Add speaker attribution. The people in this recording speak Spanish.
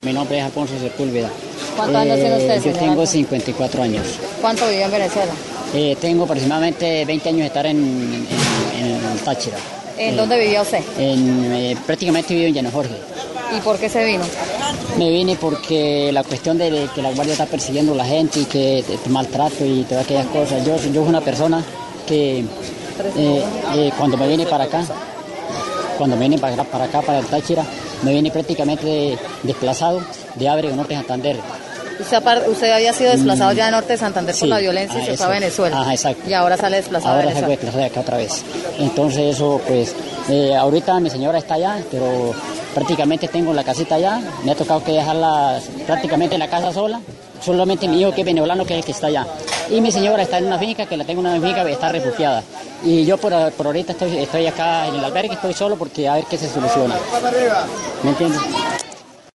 Speaker 1: Mi nombre es Alfonso Sepúlveda. Eh,
Speaker 2: ¿Cuántos años tiene usted,
Speaker 1: Yo
Speaker 2: señor
Speaker 1: tengo
Speaker 2: Alfonso?
Speaker 1: 54 años.
Speaker 2: ¿Cuánto vivió en Venezuela?
Speaker 1: Eh, tengo aproximadamente 20 años de estar en, en, en el Táchira. Eh, Mm.
Speaker 2: ¿En dónde vivió usted?
Speaker 1: En, eh, prácticamente vivo en Llano Jorge.
Speaker 2: ¿Y por qué se vino?
Speaker 1: Me vine porque la cuestión de que la guardia está persiguiendo a la gente y que te- te maltrato y todas aquellas cosas. Yo, yo soy una persona que eh, eh, cuando me vine para acá, cuando me vine para, acá- para acá, para el Táchira, me vine prácticamente desplazado de Abre o Norte Santander.
Speaker 2: Usted, apar- usted había sido desplazado ya de Norte de Santander por
Speaker 1: Mm. Sí.
Speaker 2: la violencia y
Speaker 1: Ah,
Speaker 2: se fue a
Speaker 1: eso.
Speaker 2: Venezuela.
Speaker 1: Ajá, exacto.
Speaker 2: Y ahora sale desplazado a
Speaker 1: Ahora salgo de
Speaker 2: Venezuela.
Speaker 1: clase de acá otra vez. Entonces eso pues, eh, ahorita mi señora está allá, pero prácticamente tengo la casita allá, me ha tocado que dejarla prácticamente en la casa sola, solamente mi hijo que es venezolano que es el que está allá. Y mi señora está en una finca, que la tengo en una finca, está refugiada. Y yo por, por ahorita estoy, estoy acá en el albergue, estoy solo porque a ver qué se soluciona. ¿Me entiendes?